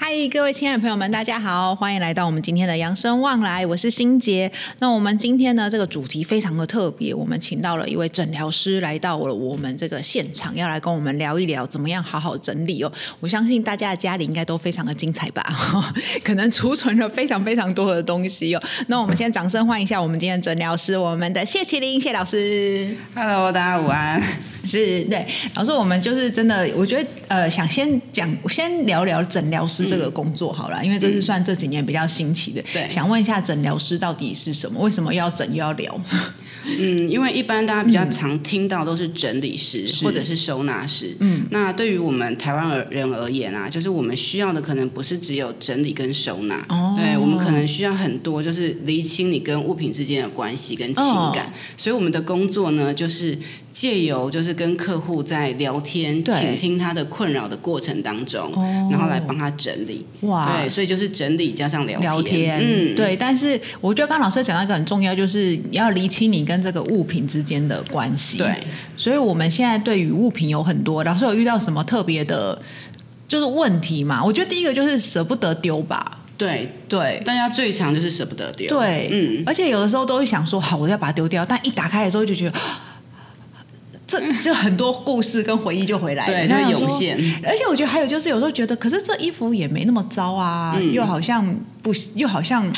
嗨，各位亲爱的朋友们，大家好，欢迎来到我们今天的扬生望来，我是欣杰。那我们今天呢，这个主题非常的特别，我们请到了一位诊疗师来到了我们这个现场，要来跟我们聊一聊怎么样好好整理哦。我相信大家的家里应该都非常的精彩吧， 可能储存了非常非常多的东西哦。那我们先掌声欢迎一下我们今天的诊疗师，我们的谢麒麟谢老师。 Hello，大家午安。是对，老师，我们就是真的，我觉得呃，想先讲，先聊聊诊疗师这个工作好了，因为这是算这几年比较新奇的。嗯对想问一下诊疗师到底是什么？为什么要诊又要聊？嗯，因为一般大家比较常听到都是整理师、或者是收纳师。嗯，那对于我们台湾而人而言啊，就是我们需要的可能不是只有整理跟收纳，哦对我们可能需要很多，就是厘清你跟物品之间的关系跟情感。所以我们的工作呢，就是借由就是跟客户在聊天、对倾听他的困扰的过程当中，然后来帮他整理。哇对，，所以就是整理加上聊天。聊天，嗯，对。但是我觉得刚刚老师讲到一个很重要，就是要厘清你跟这个物品之间的关系。对，所以我们现在对于物品有很多，老师有遇到什么特别的，就是问题嘛？我觉得第一个就是舍不得丢吧，对，对。大家最常就是舍不得丢。对，嗯，而且有的时候都会想说，好，我要把它丢掉，但一打开的时候就觉得， 啊这就很多故事跟回忆就回来了，对，就就想会说涌。现。 而且我觉得还有就是，有时候觉得，可是这衣服也没那么糟啊，嗯又好像不，又好像。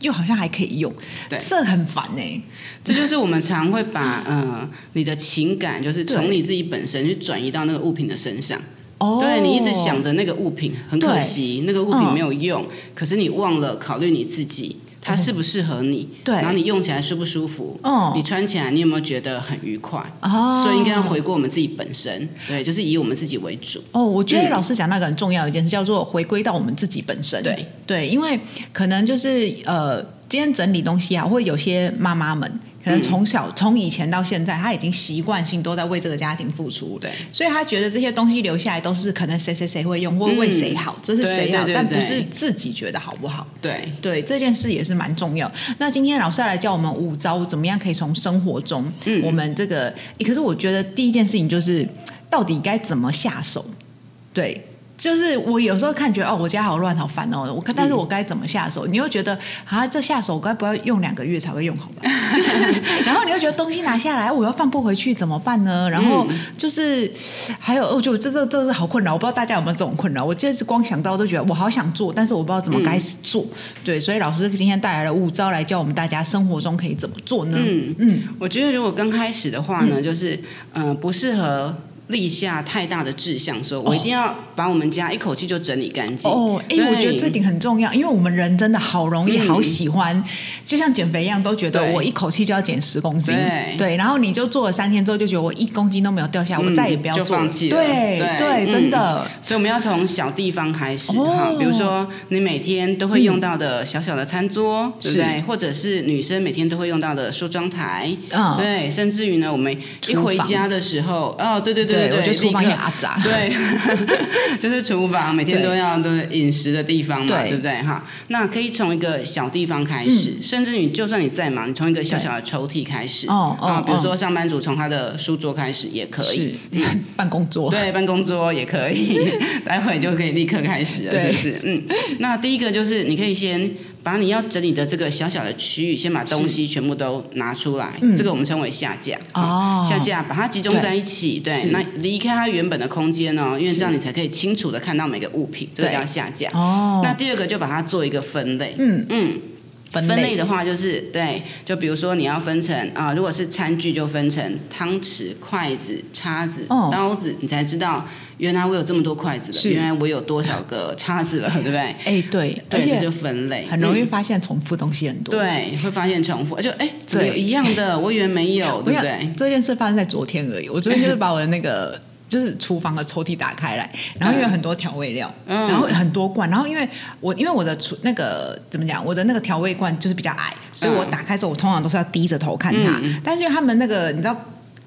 又好像还可以用，对这很烦哎、这就是我们常会把呃你的情感，就是从对你自己本身去转移到那个物品的身上。哦，对你一直想着那个物品，很可对嗯惜，那个物品没有用，可是你忘了考虑你自己。它适不适合你？嗯对然后你用起来舒不舒服？嗯你穿起来你有没有觉得很愉快？哦，所以应该要回顾我们自己本身，对，就是以我们自己为主。哦，我觉得嗯老师讲那个很重要的一件事，叫做回归到我们自己本身。对对，因为可能就是呃，今天整理东西啊，或者有些妈妈们。可能从嗯小从以前到现在，她已经习惯性都在为这个家庭付出，对，所以她觉得这些东西留下来都是可能谁谁谁会用，或嗯为谁好，这是谁好，对对对但不对是自己觉得好不好。对，对这件事也是蛮重要。那今天老师要来教我们五招，怎么样可以从生活中，嗯我们这个，诶可是我觉得第一件事情就是，到底该怎么下手？对。就是我有时候看觉得哦，我家好乱好烦哦，我但是我该怎么下手？你又觉得啊，这下手我该不要用两个月才会用好吧？ 就是然后你又觉得东西拿下来，我又放不回去怎么办呢？然后就是、还有，我觉得这这这是好困扰，我不知道大家有没有这种困扰。我这次光想到都觉得我好想做，但是我不知道怎么该做。对，所以老师今天带来了五招来教我们大家生活中可以怎么做呢？嗯嗯，我觉得如果刚开始的话呢，嗯就是呃不适合。立下太大的志向，说我一定要把我们家一口气就整理干净。哦，哎、对我觉得这点很重要，因为我们人真的好容易、嗯好喜欢，就像减肥一样，都觉得对我一口气就要减十公斤，对然后你就做了三天之后，就觉得我一公斤都没有掉下来，我嗯再也不要就做放弃了对对对，嗯真的，所以我们要从小地方开始哦嗯哈，比如说你每天都会用到的小小的餐桌，对不对？或者是女生每天都会用到的梳妆台，嗯，对，甚至于呢，我们一厨回房家的时候，哦，对对对对我觉对，得厨房立也刻阿杂，对，就是厨房每天对都要都饮食的地方嘛，对嗯对不对哈？那可以从一个小地方开始，甚至你就算你再忙，你从一个小小的抽屉开始，哦哦啊，比如哦说上班族从他的书桌开始也可以，是 办公桌，对，办公桌也 可以，待会就可以立刻开始了，是对不是？嗯，那第一个就是你可以先把你要整理的这个小小的区域，先把东西全部都拿出来，嗯这个我们称为下架。哦下架，把它集中在一起，对，是那离开它原本的空间哦，因为这样你才可以清楚的看到每个物品，这个对叫下架。哦，那第二个就把它做一个分类，嗯嗯，分分类的话，就是对，就比如说你要分成啊、如果是餐具就分成汤匙、筷子、叉子、哦刀子，你才知道原来我有这么多筷子了，是原来我有多少个叉子了， 对不对？哎、对，而对，这且就分类，很容易嗯发现重复东西很多。，对，会发现重复，而且哎，怎么有对一样的？我以为 没有，我对不想对？这件事发生在昨天而已。我昨天就是把我的那个 就是厨房的抽屉打开来，然后因为有很多调味料，嗯然后很多罐，然后因为我因为我的厨那个怎么讲，我的那个调味罐就是比较矮，所以我打开之后我通常都是要低着头看它，嗯但是因为他们那个你知道。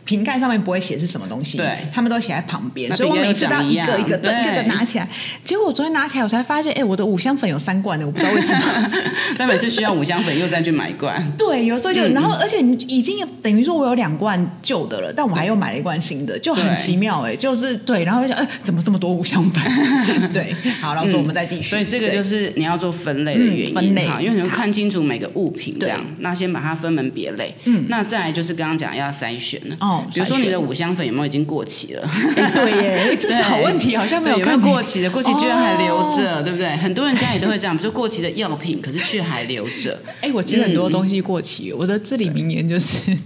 瓶盖上面不会写是什么东西，对他们都写在旁边，那所以我瓶盖每次又到长一一样个一个的对一个的拿起来，结果我昨天拿起来，我才发现，哎、我的五香粉有三罐的，我不知道为什么。 但每次需要五香粉又再去买一罐，对，有时候就，嗯然后而且你已经等于说我有两罐旧的了，但我还又买了一罐新的，就很对奇妙哎、就是对，然后就想，哎、怎么这么多五香粉？对，好，老师，我们再继续。所以这个对就是你要做分类的嗯原因分类哈，因为你要看清楚每个物品对这样，那先把它分门别类。嗯，那再来就是刚刚讲要筛选了。哦，比如说你的筛五香粉有没有已经过期了？选，哎对 耶， 这是好问题，好像没对有看哦没有过欸期嗯的，过期居然还留着，对不对？很多人家里都会这样，就过期的药品，可是却还留着。哎、我其实很多东西过期，我的至理名言就是：嗯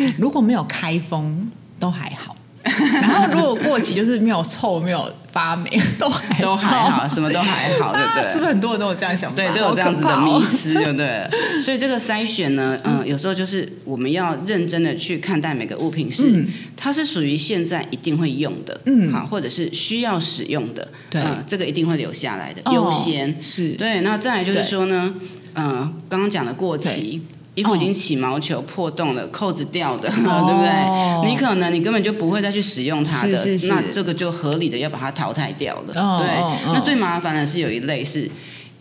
嗯如果没有开封都还好，然后如果过期就是没有臭、没有发霉都 还 都还好，什么都还好，对不啊对？ 是不是很多人都有这样想法？对，都有这样子的哦迷思，对不对？所以这个筛选呢，嗯，有时候就是我们要认真的去看待每个物品是，嗯它是属于现在一定会用的，嗯好，或者是需要使用的，对嗯这个一定会留下来的，哦优先。是对，那再来就是说呢，嗯、刚刚讲的过期。衣服已经起毛球、破洞了，扣子掉的， 哦对不对？你可能你根本就不会再去使用它的，是是是那这个就合理的要把它淘汰掉了。哦对，哦哦那最麻烦的是有一类是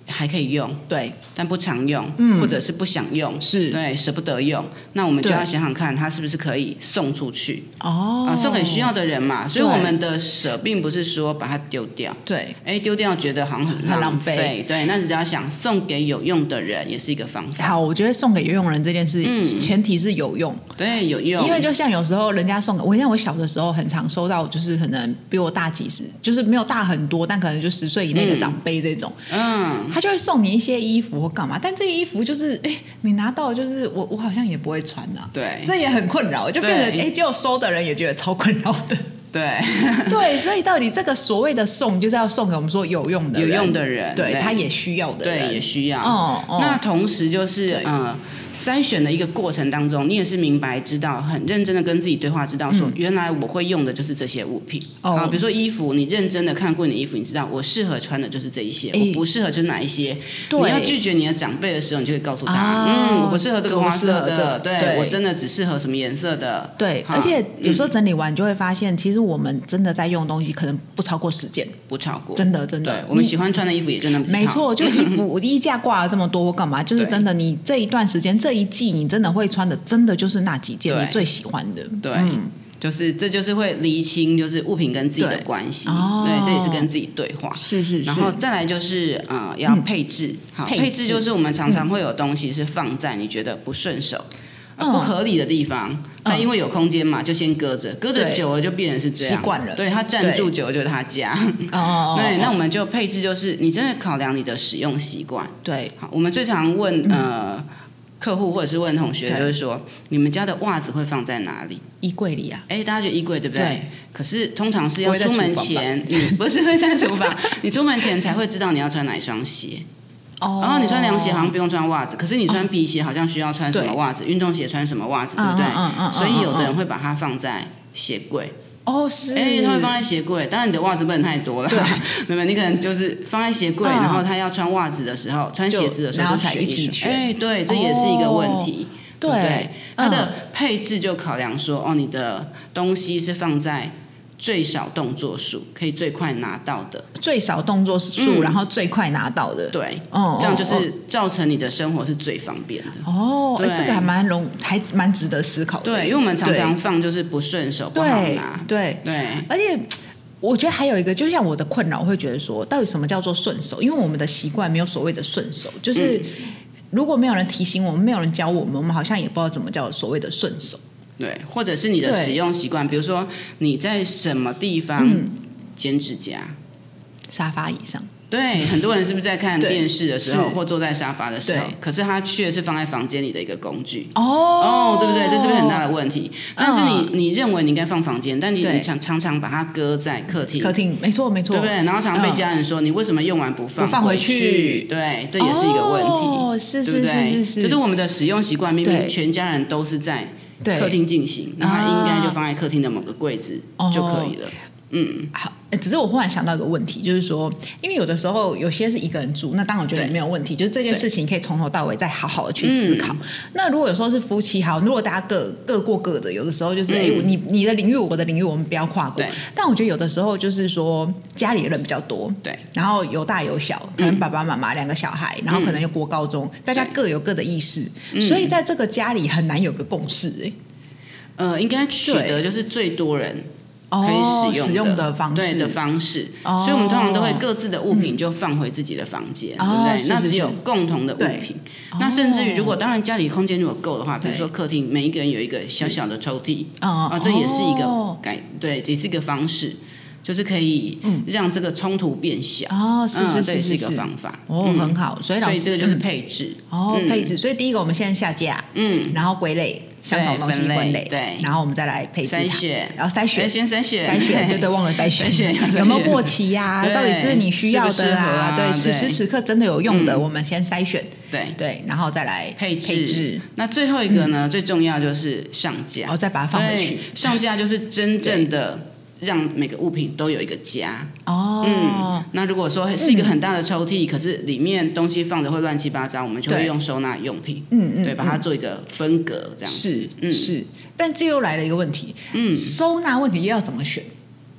还可以用，对，但不常用，嗯或者是不想用，是对，舍不得用，那我们就要对想想看，它是不是可以送出去哦啊、送给需要的人嘛。所以对我们的舍并不是说把它丢掉，对哎，丢掉觉得好像很很浪费，费对，那你只要想送给有用的人，也是一个方法，好，我觉得送给游泳人这件事，嗯前提是有用，对，有用，因为就像有时候人家送给我，像我小的时候很常收到，就是可能比我大几十，就是没有大很多，但可能就十岁以内的长辈这种，嗯，他就会送你一些衣服或干嘛，但这些衣服就是，哎、你拿到就是我，我好像也不会穿啊，对这也很困扰，就变成哎、对诶结果收的人也觉得超困扰 的。对，对，所以到底这个所谓的送，就是要送给我们说有用的有人用的人，对他也需要的人，对，也需要。哦哦那同时就是对呃，筛选的一个过程当中，你也是明白知道，很认真的跟自己对话，知道说、原来我会用的就是这些物品嗯哦啊，比如说衣服，你认真的看过你的衣服，你知道我适合穿的就是这一些，哎我不适合就是哪一些。对你要拒绝你的长辈的时候，你就可以告诉他，啊嗯，我不适合这个花色这个不适合的的，对对我真的只适合什么颜色的。对，哈而且有时候嗯整理完就会发现，其实我们真的在用的东西可能不超过十件，嗯不超过，真的真对的，我们你喜欢穿的衣服也就那么几套没错，就衣服我衣架挂了这么多，我干嘛？就是对真的，你这一段时间这一季，你真的会穿的，真的就是那几件对你最喜欢的。对，嗯就是这就是会厘清就是物品跟自己的对关系，哦对，这也是跟自己对话。是是然后再来就是呃，要配置，好，配配置嗯置就是我们常常会有东西是放在你觉得不顺手。呃不合理的地方，但因为有空间嘛，就先搁着，搁着对久了就变成是这样，习惯了对，它对占住久了就是他家。哦哦，对，那我们们就配置，就是你真的考量你的使用习惯。对好，我们最常问呃客户或者是问同学，嗯对就是说你们家的袜子会放在哪里？衣柜里啊，哎，大家觉得衣柜对不对？对可是通常是不要会在出门厨房前，你 不是会在厨房，你出门前才会知道你要穿哪一双哦鞋。嗯然后你穿凉鞋好像不用穿袜子，可是你穿皮鞋好像需要穿什么对袜子，运动鞋穿什么袜子，对嗯不对？嗯嗯嗯所以有嗯的人会把它放在鞋柜，哦是，哎、他会放在鞋柜。当然你的袜子不能太多了，对啊 对不对？你可能就是放在鞋柜，嗯然后他要穿袜子的时候，穿鞋子的时候然后就才选一起选选哎、对，这也是一个问题。对不对对，它嗯的配置就考量说，哦，你的东西是放在最少动作数，可以最快拿到的，最少动作数，嗯然后最快拿到的。对，哦，哦，这样就哦是造成你的生活是最方便的。哦，哎，对这个还蛮容，还蛮值得思考的。对，因为我们常对常啊放就是不顺手，不好对拿。对，对，而且。我觉得还有一个，就像我的困扰，我会觉得说，到底什么叫做顺手？因为我们的习惯没有所谓的顺手，就是、嗯如果没有人提醒我们，没有人教我们，我们好像也不知道怎么叫所谓的顺手。对，或者是你的对使用习惯，比如说你在什么地方嗯，剪指甲。沙发以上，对，很多人是不是在看对电视的时是候或坐在沙发的时候对，可是他却是放在房间里的一个工具。哦哦，对不对？这是不是很大的问题？但是嗯你你认为你应该放房间，但你对你常常常把它搁在客厅，客厅？没错，没错，对不对？然后常被嗯家人说你为什么用完不放不放回回去对，这也是一个问题。哦，是对是不是对？是是，就是我们的使用习惯，明对明全家人都是在对客厅进行，那它啊应该就放在客厅的某个柜子哦就可以了。嗯，好，呃只是我忽然想到一个问题，就是说，因为有的时候有些是一个人住，那当然我觉得对嗯没有问题，就是这件事情可以从头到尾再好好的去思考。那如果有时候是夫妻，好，如果大家各各过各的，有的时候就是，哎、嗯你你的领域，我的领域，我们不要跨过对。但我觉得有的时候就是说，家里人比较多，对，嗯然后有大有小，可能爸爸妈妈两个小孩，然后可能有国高中，大家各有各的意识，嗯所以在这个家里很难有个共识、哎。呃，应该取对得就是最多人可以哦，使用的,、的方对式的方式、哦所以我们通常都会各自的物品就放回自己的房间，哦对不对？是那是只有是共同的对物品。那甚至于如果哦当然家里空间如果够的话，比如对说客厅每一个人有一个小小的抽屉，嗯啊，这也是一个哦改，对，也是一个方式，就是可以让这个冲突变小。哦嗯是是嗯这也是是一是个是方法。哦，嗯很好，所以老所师以这个就是嗯配置。哦嗯配置，所以第一个我们先下架，嗯，然后归类，相同东西分类归类，对然后我们再来配置筛它选然后筛选哎。先筛选，筛选，对对，忘了筛选，筛选要筛选有没有过期呀、对到底是不是你需要适不适的合啊对，对此时此刻真的有用的，嗯我们先筛选， 对对，然后再来配置配置，那最后一个呢，最重要就是上架，然后再把它放回对去。上架就是真正的让每个物品都有一个家。哦嗯，，那如果说是一个很大的抽屉，可是里面东西放的会乱七八糟，我们就会对用收纳用品，嗯嗯，对，把它做一个分隔，这样子。是，嗯是，但这又来了一个问题，嗯收纳问题又要怎么选？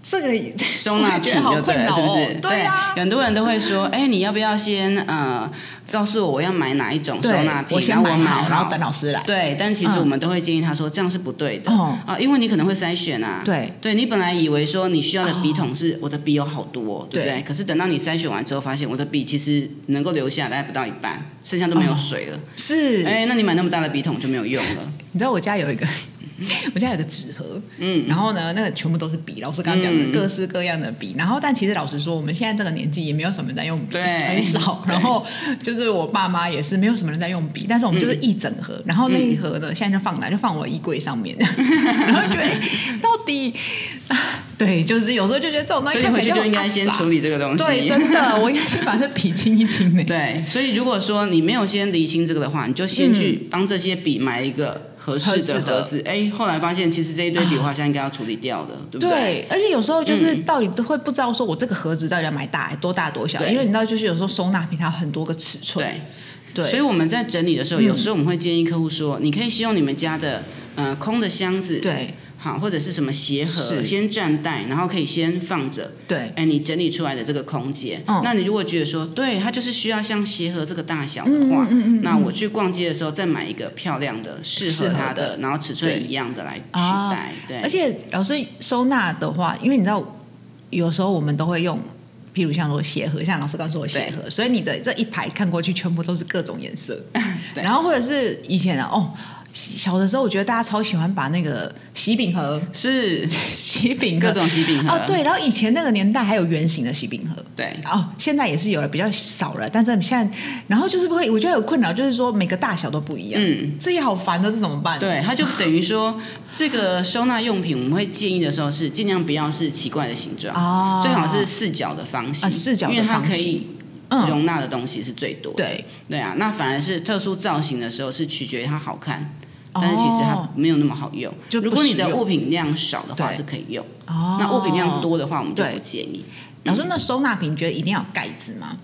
这 个收纳我觉品得好就对困了，扰是不哦是？对啊很多人都会说，哎，你要不要先呃，告诉我我要买哪一种收对纳品，我先然后我买好，然好后等老师来。对，但其实嗯我们都会建议他说，这样是不对的哦啊，因为你可能会筛选啊。对，对你本来以为说你需要的笔筒是我的笔有好多、哦，对不啊对对？可是等到你筛选完之后，发现我的笔其实能够留下大概不到一半，剩下都没有水了。啊是，哎、那你买那么大的笔筒就没有用了。你知道我家有一个， 我家有个纸盒，嗯，然后呢，那个全部都是笔，老师刚刚讲的、嗯各式各样的笔。然后，但其实老实说，我们现在这个年纪也没有什么人在用笔，对很少。对然后就是我爸妈也是没有什么人在用笔，但是我们就是一整盒，嗯然后那一盒呢，现在就放哪？就放我衣柜上 面这样子。然后觉得、哎到底， 啊对，就是有时候就觉得这种东西所以你啊看起回来去就很应该先阿杂处理这个东西。对，真的，我应该先把这笔清一清 呢。 对，所以如果说你没有先理清这个的话，你就先去帮这些笔买一个合适的盒嗯合子。哎，后来发现其实这一堆笔我好像应该要处理掉的，对不对？对，而且有时候就是到底都会不知道说我这个盒子到底要买大多大多小，对因为你知道就是有时候收纳品它有很多个尺寸，对，对，嗯所以我们在整理的时候，有时候我们会建议客户说，你可以先用你们家的呃空的箱子，，对好或者是什么鞋盒，是先占袋，然后可以先放着。对哎，你整理出来的这个空间，嗯那你如果觉得说，对，它就是需要像鞋盒这个大小的嗯话，那我去逛街的时候再买一个漂亮的、适适合合它的，的然后尺寸对一样的来取啊代。对，而且老师收纳的话，因为你知道有时候我们都会用。譬如像说鞋盒，像老师刚说的鞋盒，所以你的这一排看过去全部都是各种颜 色，对然后或者是以前啊，哦，小的时候我觉得大家超喜欢把那个喜饼 盒、是喜饼盒各种喜饼盒哦，对，然后以前那个年代还有圆形的喜饼盒，对哦，现在也是有了，比较少了，但是现在，然后就是会，我觉得有困扰，就是说每个大小都不一样，嗯，这也好烦哦的，这怎么办？，对，它就等于说这个收纳用品，我们会建议的时候是尽量不要是奇怪的形状，哦最好是四角的方形，啊四角的因为它方可形以嗯，容纳的东西是最多的。对，对啊，那反而是特殊造型的时候是取决于它好看，但是其实它哦，没有那么好用。就不如果你实的用物品量少的话对是可以用，哦那物品量，多的话我们就不对建议。老师，那收纳瓶你觉得一定要有盖子吗？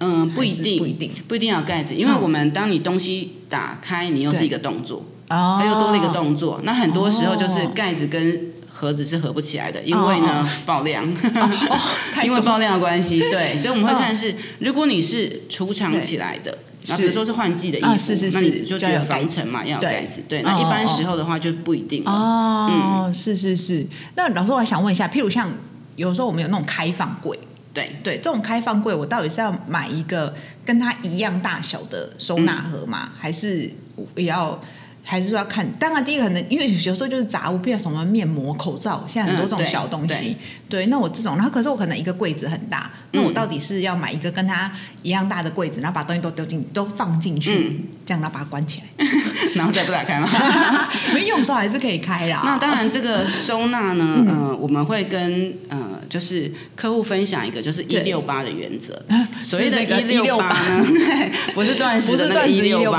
嗯，不一还是定，不一定不一定要有盖子，因为嗯我们当你东西打开，你又是对一个动作。哦它又多了一个，动作。那很多时候就是哦盖子跟盒子是合不起来的，因为呢 爆量，哦 太因为多爆量的 关系，对，所以我们嗯会看是，如果你是储藏对起来的。是啊，比如说是换季的衣服，啊是是那你是就觉就要得有盖防尘嘛，要有对盖子。对，嗯那一嗯般嗯时候的话就不嗯一定了。哦，是是是。那老师，我还想问一下，譬如像有时候我们有那种开放柜，对，对，这种开放柜，我到底是要买一个跟它一样大小的收纳盒吗？嗯还是也要？还是说要看，当然第一个可能因为有时候就是杂物，比如什么面膜、口罩，现在很多这种嗯嗯对小东西。对，那我这种，然后可是我可能一个柜子很大，那我到底是要买一个跟它一样大的柜子，然后把东西都丢进，都放进去， 嗯这样然后把它关起来。然后再不打开嘛。因为用的时候还是可以开啦。 那当然，这个收 纳嗯呢，呃，我们会跟呃，就是客户分享一个，就是一对六八的原则。所是谓的 那个一六八168呢，对 不是断食的那个 不是断食六168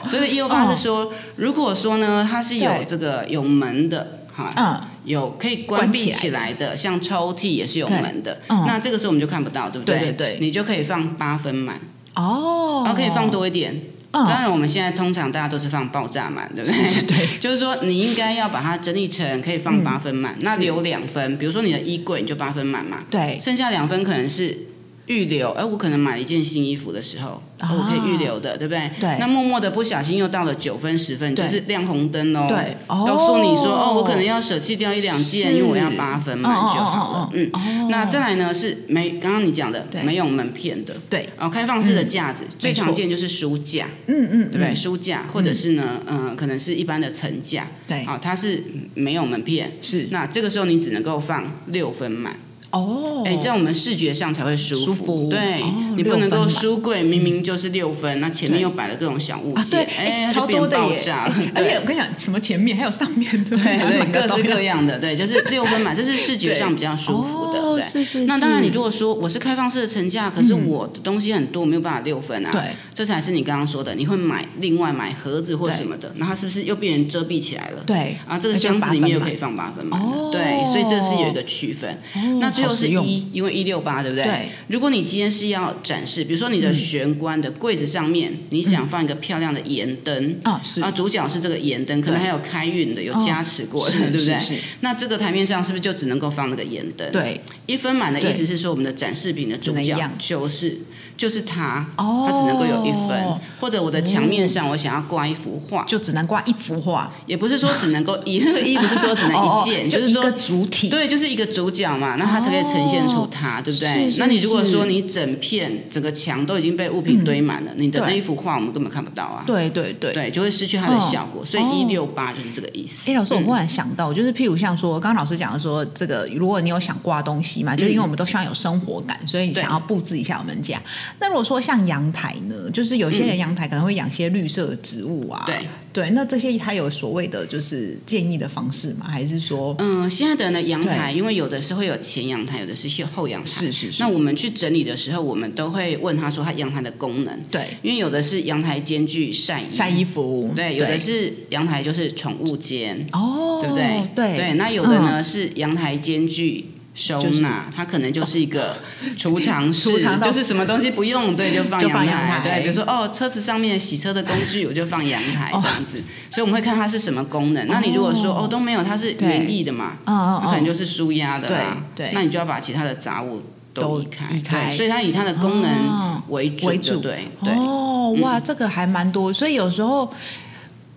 哦。所谓的一六八哦是说，如果说呢，它是有对这个有门的哈，嗯，有可以关关闭起来起来的，像抽屉也是有门的。嗯那这个时候我们就看不到，对不对对对你就可以放八分满，哦，然后可以放多一点。嗯，当然，我们现在通常大家都是放爆炸满，对不对？是是对， 就是说你应该要把它整理成可以放八分满，那留两分，比如说你的衣柜你就八分满嘛，嗯对，剩下两分可能是预留，哎、我可能买了一件新衣服的时候，啊我可以预留的，对不对？对那默默的不小心又到了九分、十分，对就是亮红灯哦。对哦告诉你说，哦，我可能要舍弃掉一两件，是因为我要八分满就好了。嗯，嗯那再来呢是没，刚刚你讲的对没有门片的，对，哦，开放式的架子、最常见就是书架，嗯嗯，对不对？书架或者是呢，嗯、可能是一般的层架，对，好、它是没有门片，是那这个时候你只能够放六分满。哦，哎、这样我们视觉上才会舒服。舒服对、哦你不能六够分嘛书柜明明就是六分，那前面又摆了各种小物啊，件，对，哎、它超就变多的爆耶，炸，哎而对且我跟你讲，什么前面还有上面，对 对满对，满的各式都有各样的，对，就是六分满，这是视觉上比较 舒服的，哦，对。是是，那当然，是嗯你如果说我是开放式的层架，可是我的东西很多，没有办法六分啊。对，这才是你刚刚说的，你会买另外买盒子或什么的，那它是不是又被人遮蔽起来了？对啊，这那个就箱子里面又八分满可以放八分满哦的，对，所以这是有一个区分。哦那最后好实是用一，因为一六八，对不对？对。嗯如果你今天是要展示，比如说你的玄关的柜子上面，你想放一个漂亮的盐灯。啊是啊，主角是这个盐灯，可能对还有开运的，有哦加持过的，是对不对？是是那这个台面上是不是就只能够放那个盐灯？对一分满的对意思是说，我们的展示品的主只能一角样就是就是它，哦它只能够有一分，或者我的墙面上我想要挂一幅画，就只能挂一幅画，也不是说只能够一那个一不是说只能一件， 哦哦就是一个说。主体，对，就是一个主角嘛，那它才可以呈现出它，对不对？哦是是那你如果说是你整片整个墙都已经被物品堆满了，你的那对一幅画我们根本看不到啊，对对对。对，就会失去它的嗯效果。所以哦一六八就是这个意思。哎，老师，我忽然想到，就是譬如像说，刚刚老师讲的说，这个如果你有想挂东西嘛，就是因为我们都希望有生活感，所以你嗯对想要布置一下我们家。那如果说像阳台呢，就是有些人阳台可能会养些绿色的植物啊，嗯对对，那这些它有所谓的就是建议的方式吗？还是说，嗯，现在的人的阳台，因为有的是会有前阳台，有的是后阳台。是是是那我们去整理的时候，我们都会问他说他阳台的功能，对因为有的是阳台间距晒衣，晒衣服，对，有的是阳台就是宠物间，哦，对不对？对嗯对，那有的呢、是阳台间距。收纳，就是它可能就是 一个储藏室，储藏到就是什么东西不用，对，就放就阳放台。阳台哦对，比如说哦，车子上面洗车的工具，我就放阳台这样子。所以我们会看它是什么功能。那你如果说哦都没有，它是对园艺的嘛，嗯嗯它可能就是舒压的啦，对对那你就要把其他的杂物都都移开，移开对所以它以它的哦功能为主，为主对对。嗯哦，哇，这个还蛮多，所以有时候。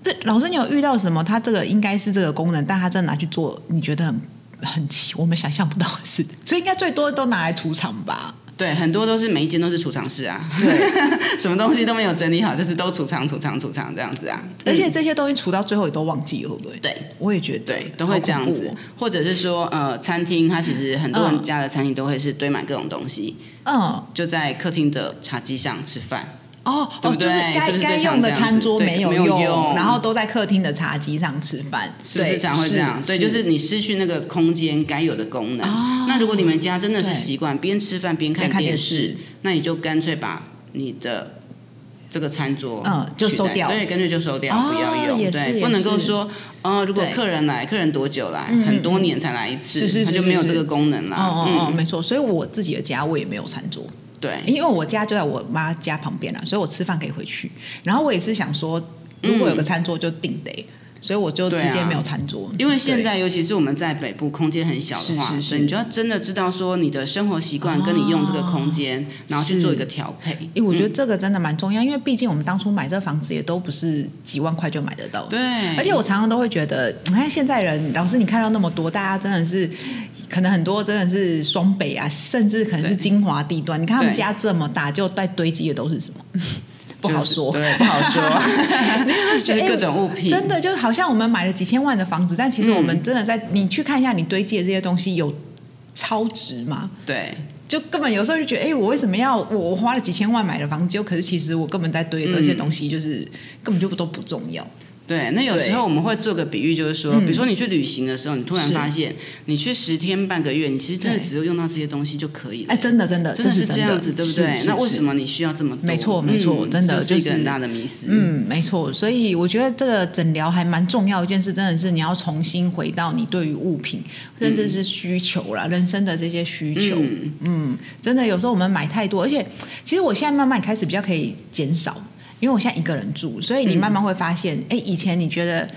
对，老师，你有遇到什么？它这个应该是这个功能，但它真的拿去做，你觉得很很奇，我们想象不到的事。所以应该最多都拿来储藏吧？对，很多都是每一间都是储藏室啊，对， 什么东西都没有整理好，就是都储藏、储藏、储藏这样子啊。而且嗯、这些东西储到最后也都忘记了，会不会？对我也觉得，对都会这样哦子，或者是说呃，餐厅它其实很多人家的餐厅都会是堆满各种东西，好恐怖哦。就在客厅的茶几上吃饭。嗯，哦对不对哦，就是该是不是该最常用的这样子餐桌对没有没有用然后都在客厅的茶几上吃饭，是不是对哦常会这样？对，就是你失去那个空间该有的功能。那如果你们家真的是对习惯边吃饭边看边看电电视视，那你就干脆把你的这个餐桌嗯就取代收掉对，干脆就收掉，哦不要用，也是对，也不能够是说哦，如果对嗯客人来，客人多久来，很多年才来一是次，是他是就是没有是这个功能哦啦。哦哦，哎嗯，没错。所以我自己的家我也没有餐桌，对，因为我家就在我妈家旁边啦，啊所以我吃饭可以回去。然后我也是想说，如果有个餐桌就定得，所以我就嗯对啊直接没有餐桌。因为现对在尤其是我们在北部，空间很小的话，是是是哦所以你就要真的知道说你的生活习惯跟你用这个空间，然后去是做一个调配。嗯诶，我觉得这个真的蛮重要，因为毕竟我们当初买这房子也都不是几万块就买得到的。对，而且我常常都会觉得，你看现在人，老师你看到那么多，大家真的是，可能很多真的是双北啊，甚至可能是对金华地段，你看他们对家这么大，就在堆积的都是什么？ 不好就是说，对，不好 觉说，就得是哎各种物品，真的就好像我们买了几千万的房子，但其实我们嗯真的在、你去看一下你堆积的这些东西有超值吗？对就根本有时候就觉得，哎、我为什么要我我嗯花了几千万买的房子，就可是其实我根本在堆的这些东西，就是、根本就都不重要。对，那有时候我们会做个比喻，就是说，比如说你去旅行的时候，你突然嗯是发现，你去十天半个月，你其实真的对只有用到这些东西就可以了。欸哎，真的真的，真的这是真这的样子，对不是对？是那为是什么你需要这么多？没错没错嗯真的这就是一就个是很大的迷思。嗯，没错，所以我觉得这个诊疗还蛮重要的一件事，真的是你要重新回到你对于物品，甚至是需求啦，人生的这些需求，嗯，真的有时候我们买太多，而且其实我现在慢慢开始比较可以减少，因为我现在一个人住，所以你慢慢会发嗯现，哎、以前你觉得。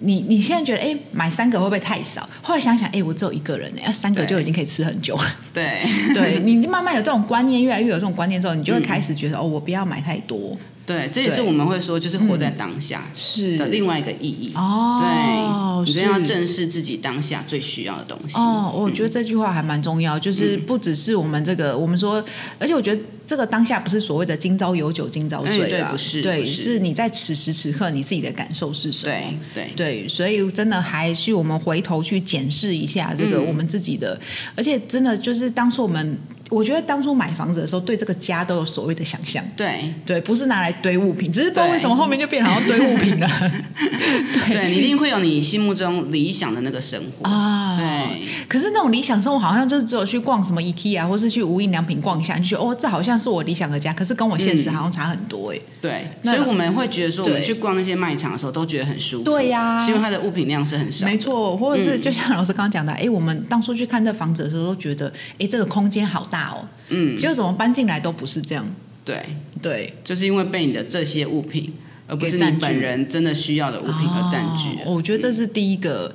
你你现在觉得哎、买三个会不会太少？后来想想，哎、我只有一个人、哎，三个对就已经可以吃很久了。 对，对你慢慢有这种观念，越来越有这种观念之后，你就嗯会开始觉得、哦，我不要买太多。对，这也是对嗯我们会说，就是活在当下是的另外一个意义。哦，对，你真的要是正视自己当下最需要的东西。哦，我嗯觉得这句话还蛮重要，就是不只是我们这个，我们说，而且我觉得这个当下不是所谓的今朝有酒今朝哎醉对啦，不是对，不是是你在此时此刻你自己的感受是什么？对对对，所以真的还是我们回头去检视一下这个嗯我们自己的，而且真的就是当初我们，我觉得当初买房子的时候，对这个家都有所谓的想象。对对，不是拿来堆物品，只是不知道为什么后面就变成好像堆物品 了。对，你一定会有你心目中理想的那个生活。啊，对，可是那种理想生活好像就是只有去逛什么 IKEA 或是去无印良品逛一下，你就觉得哦，这好像是我理想的家，可是跟我现实好像差很多哎、对，那所以我们会觉得说，我们对去逛那些卖场的时候都觉得很舒服。对呀是因为它的物品量是啊很少。没错，或者是就像老师刚刚讲的，哎、我们当初去看这房子的时候都觉得，哎、这个空间好大哦，嗯，结果怎么搬进来都不是这样。对，对，就是因为被你的这些物品，而不是给占你据本人真的需要的物品而占据。啊啊哦我觉得这是第一个。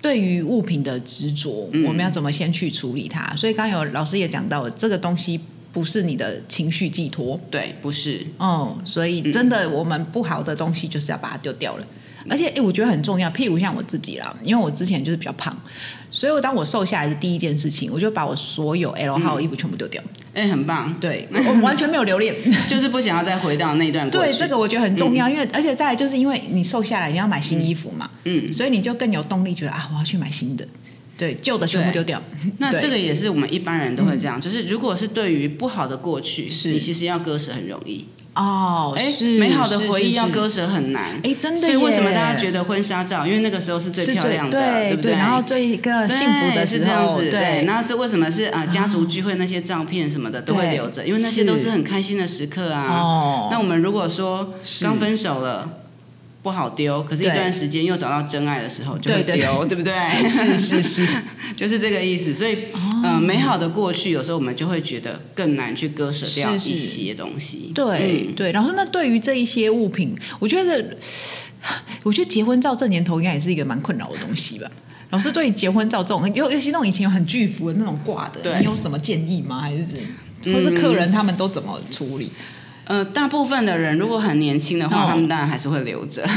对于物品的执着，嗯我们要怎么先去处理它？所以刚刚有老师也讲到，这个东西不是你的情绪寄托，对，不是。哦，所以真的，我们不好的东西就是要把它丢掉了。而且，诶，我觉得很重要。譬如像我自己啦，因为我之前就是比较胖，所以我当我瘦下来的第一件事情，我就把我所有 L 号嗯的衣服全部丢掉。哎、很棒， 对，我完全没有留恋。就是不想要再回到那段过对，去。这个我觉得很重要，因为而且再来就是因为你瘦下来，你要买新衣服嘛，嗯，所以你就更有动力，觉得啊，我要去买新的。对，旧的全部丢掉。那对嗯这个也是我们一般人都会这样，就是如果是对于不好的过去，你其实要割舍很容易，哦，哎是美好的回忆要。是是是割舍很难。哎，真的所以为什么耶大家觉得婚纱照，因为那个时候是最是漂亮的，对不对？然后最一个呃幸福的对是时这样候，子，对，那是为什么是啊？家族聚会那些照片什么的都会留着，因为那些都是很开心的时刻啊。哦，那我们如果说是刚分手了，不好丢，可是一对段时间又找到真爱的时候就会对对丢，对不对？是是 哦是， 就是这个意思。所以，呃，美好的过去有时候我们就会觉得更难去割舍掉是是一些东西。对、嗯对。然后那对于这一些物品，我觉得，我觉得结婚照这年头应该也是一个蛮困扰的东西吧。老师对于结婚照这种，尤尤其那种以前有很巨幅的那种挂的，对嗯你有什么建议吗？还是怎样或是客人他们都怎么处理？呃，大部分的人如果很年轻的话，哦他们当然还是会留着。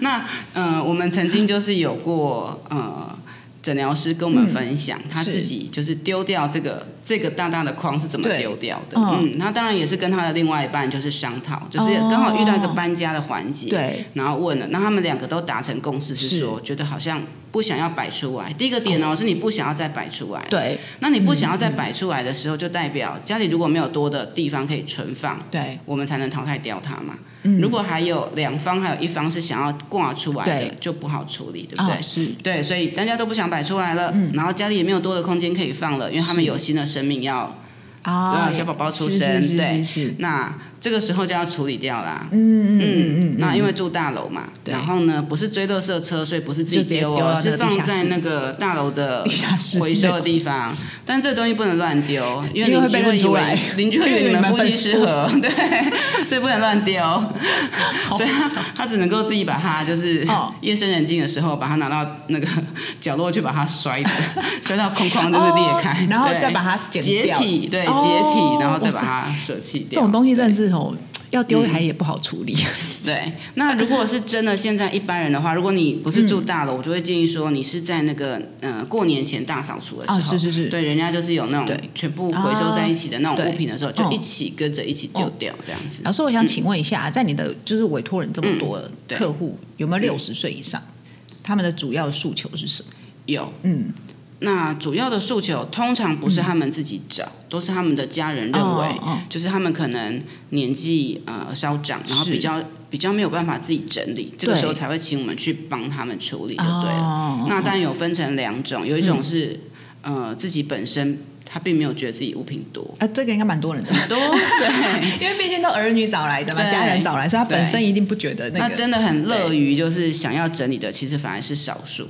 那呃，我们曾经就是有过呃，诊疗师跟我们分享、他是自己就是丢掉这个这个大大的框是怎么对丢掉的。嗯嗯，那当然也是跟他的另外一半就是商讨，就是哦刚好遇到一个搬家的环节。对，然后问了，那他们两个都达成共识，是是说觉得好像不想要摆出来。第一个点哦，是你不想要再摆出来，对那你不想要再摆出来的时候，就代表家里如果没有多的地方可以存放，对，嗯我们才能淘汰掉它嘛。如果还有两方，还有一方是想要挂出来的对，就不好处理，对不对哦？是，对，所以大家都不想摆出来了，然后家里也没有多的空间可以放了，因为他们有新的生命要。啊，小宝宝出是生是是对是是，那这个时候就要处理掉啦。嗯嗯嗯嗯，嗯，那因为住大楼嘛，对然后呢，不是追垃圾车，所以不是自就直己接丢丢哦到，那是个放地下在室那个大楼的 地下室回收的地方。但这东西不能乱丢， 因为因为会邻被居会认以出为来 邻居会以为你们夫妻失和， 对，所以不能 乱丢。好 所以他他只能够自己把它，就是哦夜深人静的时候，把它拿到那个角落去把它摔 的，摔到空框 就是裂开哦，然后对再把它剪解掉体，对，哦解体，然后再哇把塞它舍弃掉。这种东西真的是哦，要丢嗯还也不好处理。对，那如果是真的现在一般人的话，如果你不是住大嗯楼，我就会建议说你是在那个呃过年前大扫除的时候，哦是是是对，人家就是有那种对全部回收在一起的那种啊物品的时候，对哦就一起跟着一起丢掉这样子。老师，我想请问一下，啊在你的就是委托人这么多嗯对嗯客户，有没有六十岁以上？他们的主要诉求是什么？有，嗯，那主要的诉求通常不是他们自己找，都是他们的家人认为，嗯哦哦就是他们可能年纪呃稍长，然后是比较比较没有办法自己整理，这个对时候才会请我们去帮他们处理，就对了。哦，那当然有分成两种，有一种是、呃自己本身他并没有觉得自己物品多，啊，这个应该蛮多 人的，很 多对。因为毕竟都儿女找来的嘛，对家人找来，所以他本对身一定不觉得那那个真的很乐于就是想要整理的，其实反而是少数。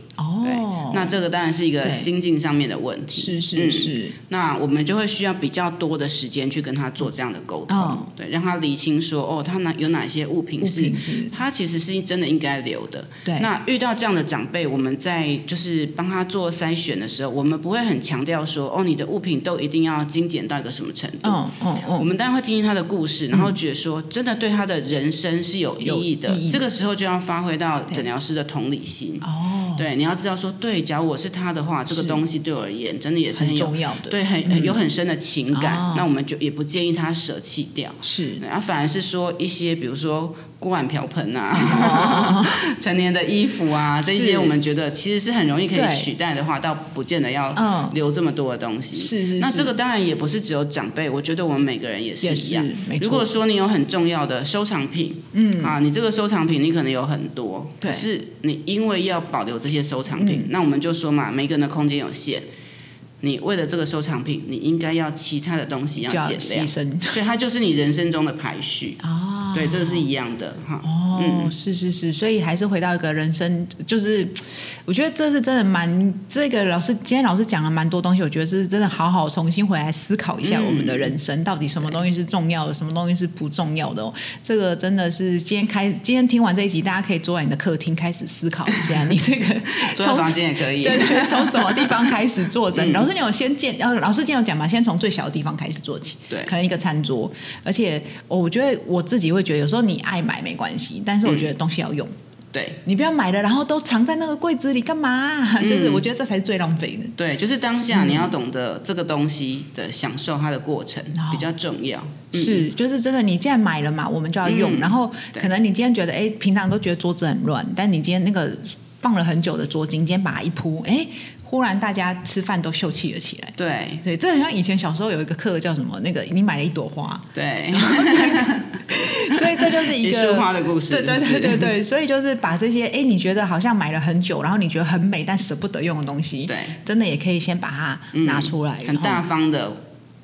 对，哦，那嗯这个当然是一个对心境上面的问题。是是是，那我们就会需要比较多的时间去跟他做这样的沟通，嗯对，让他理清说，哦，他哪有哪些物物品品是是，他其实是真的应该留的。对，那遇到这样的长辈，我们在就是帮他做筛选的时候，我们不会很强调说，哦，你的物品都一定要精简到一个什么程度。嗯嗯我嗯，们当然会听听他的故事，然后觉得说，真的对他的人生是有意义的。有哦意义这个时候就要发挥到诊疗师的同理心。哦，对，你要知道说，对，假如我是他的话，这个是东西对我而言真的也是很有重要的，嗯对很、很有很深的情感，哦那我们就也不建议他舍弃掉。是，然后反而是说一些，比如说锅碗瓢 盆嗯啊，成年的衣服啊，这是些我们觉得其实是很容易可对以取代的话，倒不见得要嗯， 留这么多的东西。是是，那是这个当然也不是只有长辈，我觉得我们每个人也是也一是样。，没如错果说你有很重要的收藏品，嗯啊，你这个收藏品你可能有很多，对嗯可是你因为要保留这些收藏品，那我们就说嘛，每个人的空间有限，你为了这个收藏品，你应该要其他的东西就要减量牺，牲所以它就是你人生中的排序，啊，对，这个是一样嗯的哈。哦，是是是，所以还是回到一个人生，就是我觉得这是真的蛮这个老师今天老师讲了蛮多东西，我觉得是真的好好重新回来思考一下嗯我们的人生、到底什么东西是重要的，什么东西是不重要的哦。这个真的是今天开今天听完这一集，大家可以坐在你的客厅开始思考一下， 你这个坐在从房间嗯也可以，对对，从什么地方开始做 整理？老师，你有先建，呃，老师今天有讲嘛，先从最小的地方开始做起，对可能一个餐桌。而且、哦我觉得我自己会觉得，有时候你爱买没关系，但是我觉得东西要用，对你不要买了，然后都藏在那个柜子里干嘛啊、嗯就是我觉得这才是最浪费的。对，就是当下你要懂得这个东西的享受它的过程嗯哦比较重要。嗯是，就是真的，你既然买了嘛，我们就要用。嗯然后对可能你今天觉得，哎，平常都觉得桌子很乱，但你今天那个放了很久的桌巾，今天把它一铺，哎，忽然大家吃饭都秀气了起来。对对，这很像以前小时候有一个课叫什么，那个你买了一朵花， 对，所以这就是一 一个束花的故事，对对是不对是对对，所以就是把这些哎，你觉得好像买了很久，然后你觉得很美但舍不得用的东西，对，嗯真的也可以先把它拿出来，很大然后。方的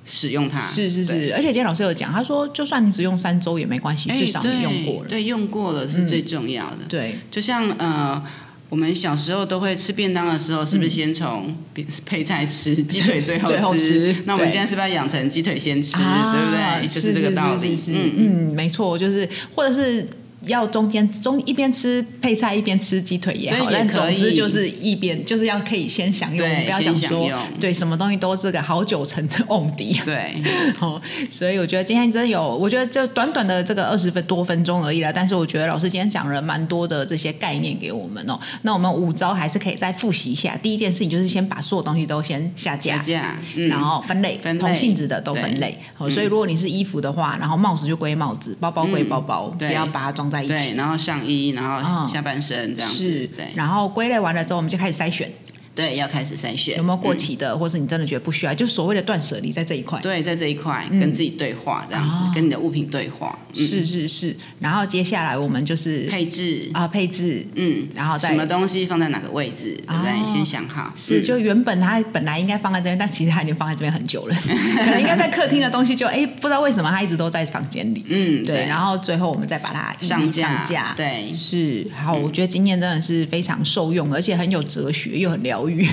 使用它，是是对，是，而且今天老师有讲，他说就算你只用三周也没关系，哎至少你用过了嗯对，。对用过了是最重要的。对，就像呃，我们小时候都会吃便当的时候，是不是先从配配菜吃，鸡腿最后嗯最后吃那我们对现在是不是要养成鸡腿先吃，啊对不对？就是这个道理。是是是嗯，嗯，没错，就是或者是。要中间中一边吃配菜一边吃鸡腿也好，对也但可总以之就是一边就是要可以先享用，对不要想先享说用对什么东西都这个好久成的瓮底。对， 哦，所以我觉得今天真的有，我觉得就短短的这个二十分多分钟而已啦。但是我觉得老师今天讲了蛮多的这些概念给我们哦。那我们五招还是可以再复习一下。第一件事情就是先把所有东西都先下架，这样，嗯，然后分类，分类同性质的都分类。哦，所以如果你是衣服的话，然后帽子就归帽子，包包归包包，嗯不对要把它装在一对，起。然后上衣，然嗯后下半身这样子是，对，然后归类完了之后，我们就开始筛选对，要开始筛选嗯有没有过期的，或是你真的觉得不需要，就是所谓的断舍离在这一块。对，在嗯这一块跟自己对话，这样子、哦跟你的物品对话，嗯、嗯是是是。然后接下来我们就是配置，啊配置，嗯，然后什么再东西放在哪个位置，对不对？哦先想好，是嗯就原本它本来应该放在这边，但其实它已经放在这边很久 了，可能应该在客厅的东西就哎不知道为什么它一直都在房间里。嗯，对，对，然后最后我们再把它一一上上架，对，嗯是，好，我觉得今天真的是非常受用，而且很有哲学，又很疗 愈。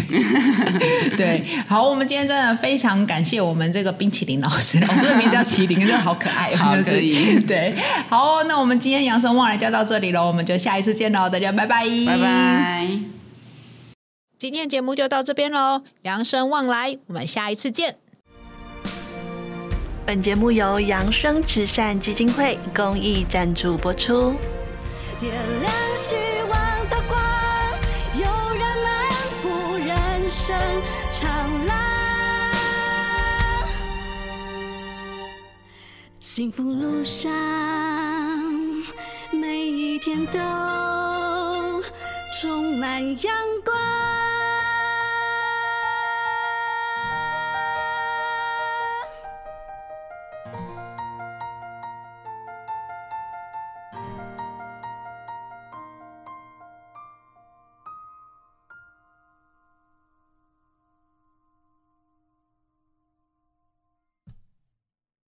对，好，我们今天真的非常感谢我们这个冰淇淋老师，老师的名字叫麒麟，真的 好可爱哦， 好就是可以对，好哦、那我们今天养生忘了就到这里了，我们就下一次见喽，大家拜拜，拜。拜。今天节目就到这边喽，养生忘来，我们下一次见。本节目由扬生慈善基金会公益赞助播出。点亮希望的光，有人漫步人生长廊，幸福路上每一天都充满阳光。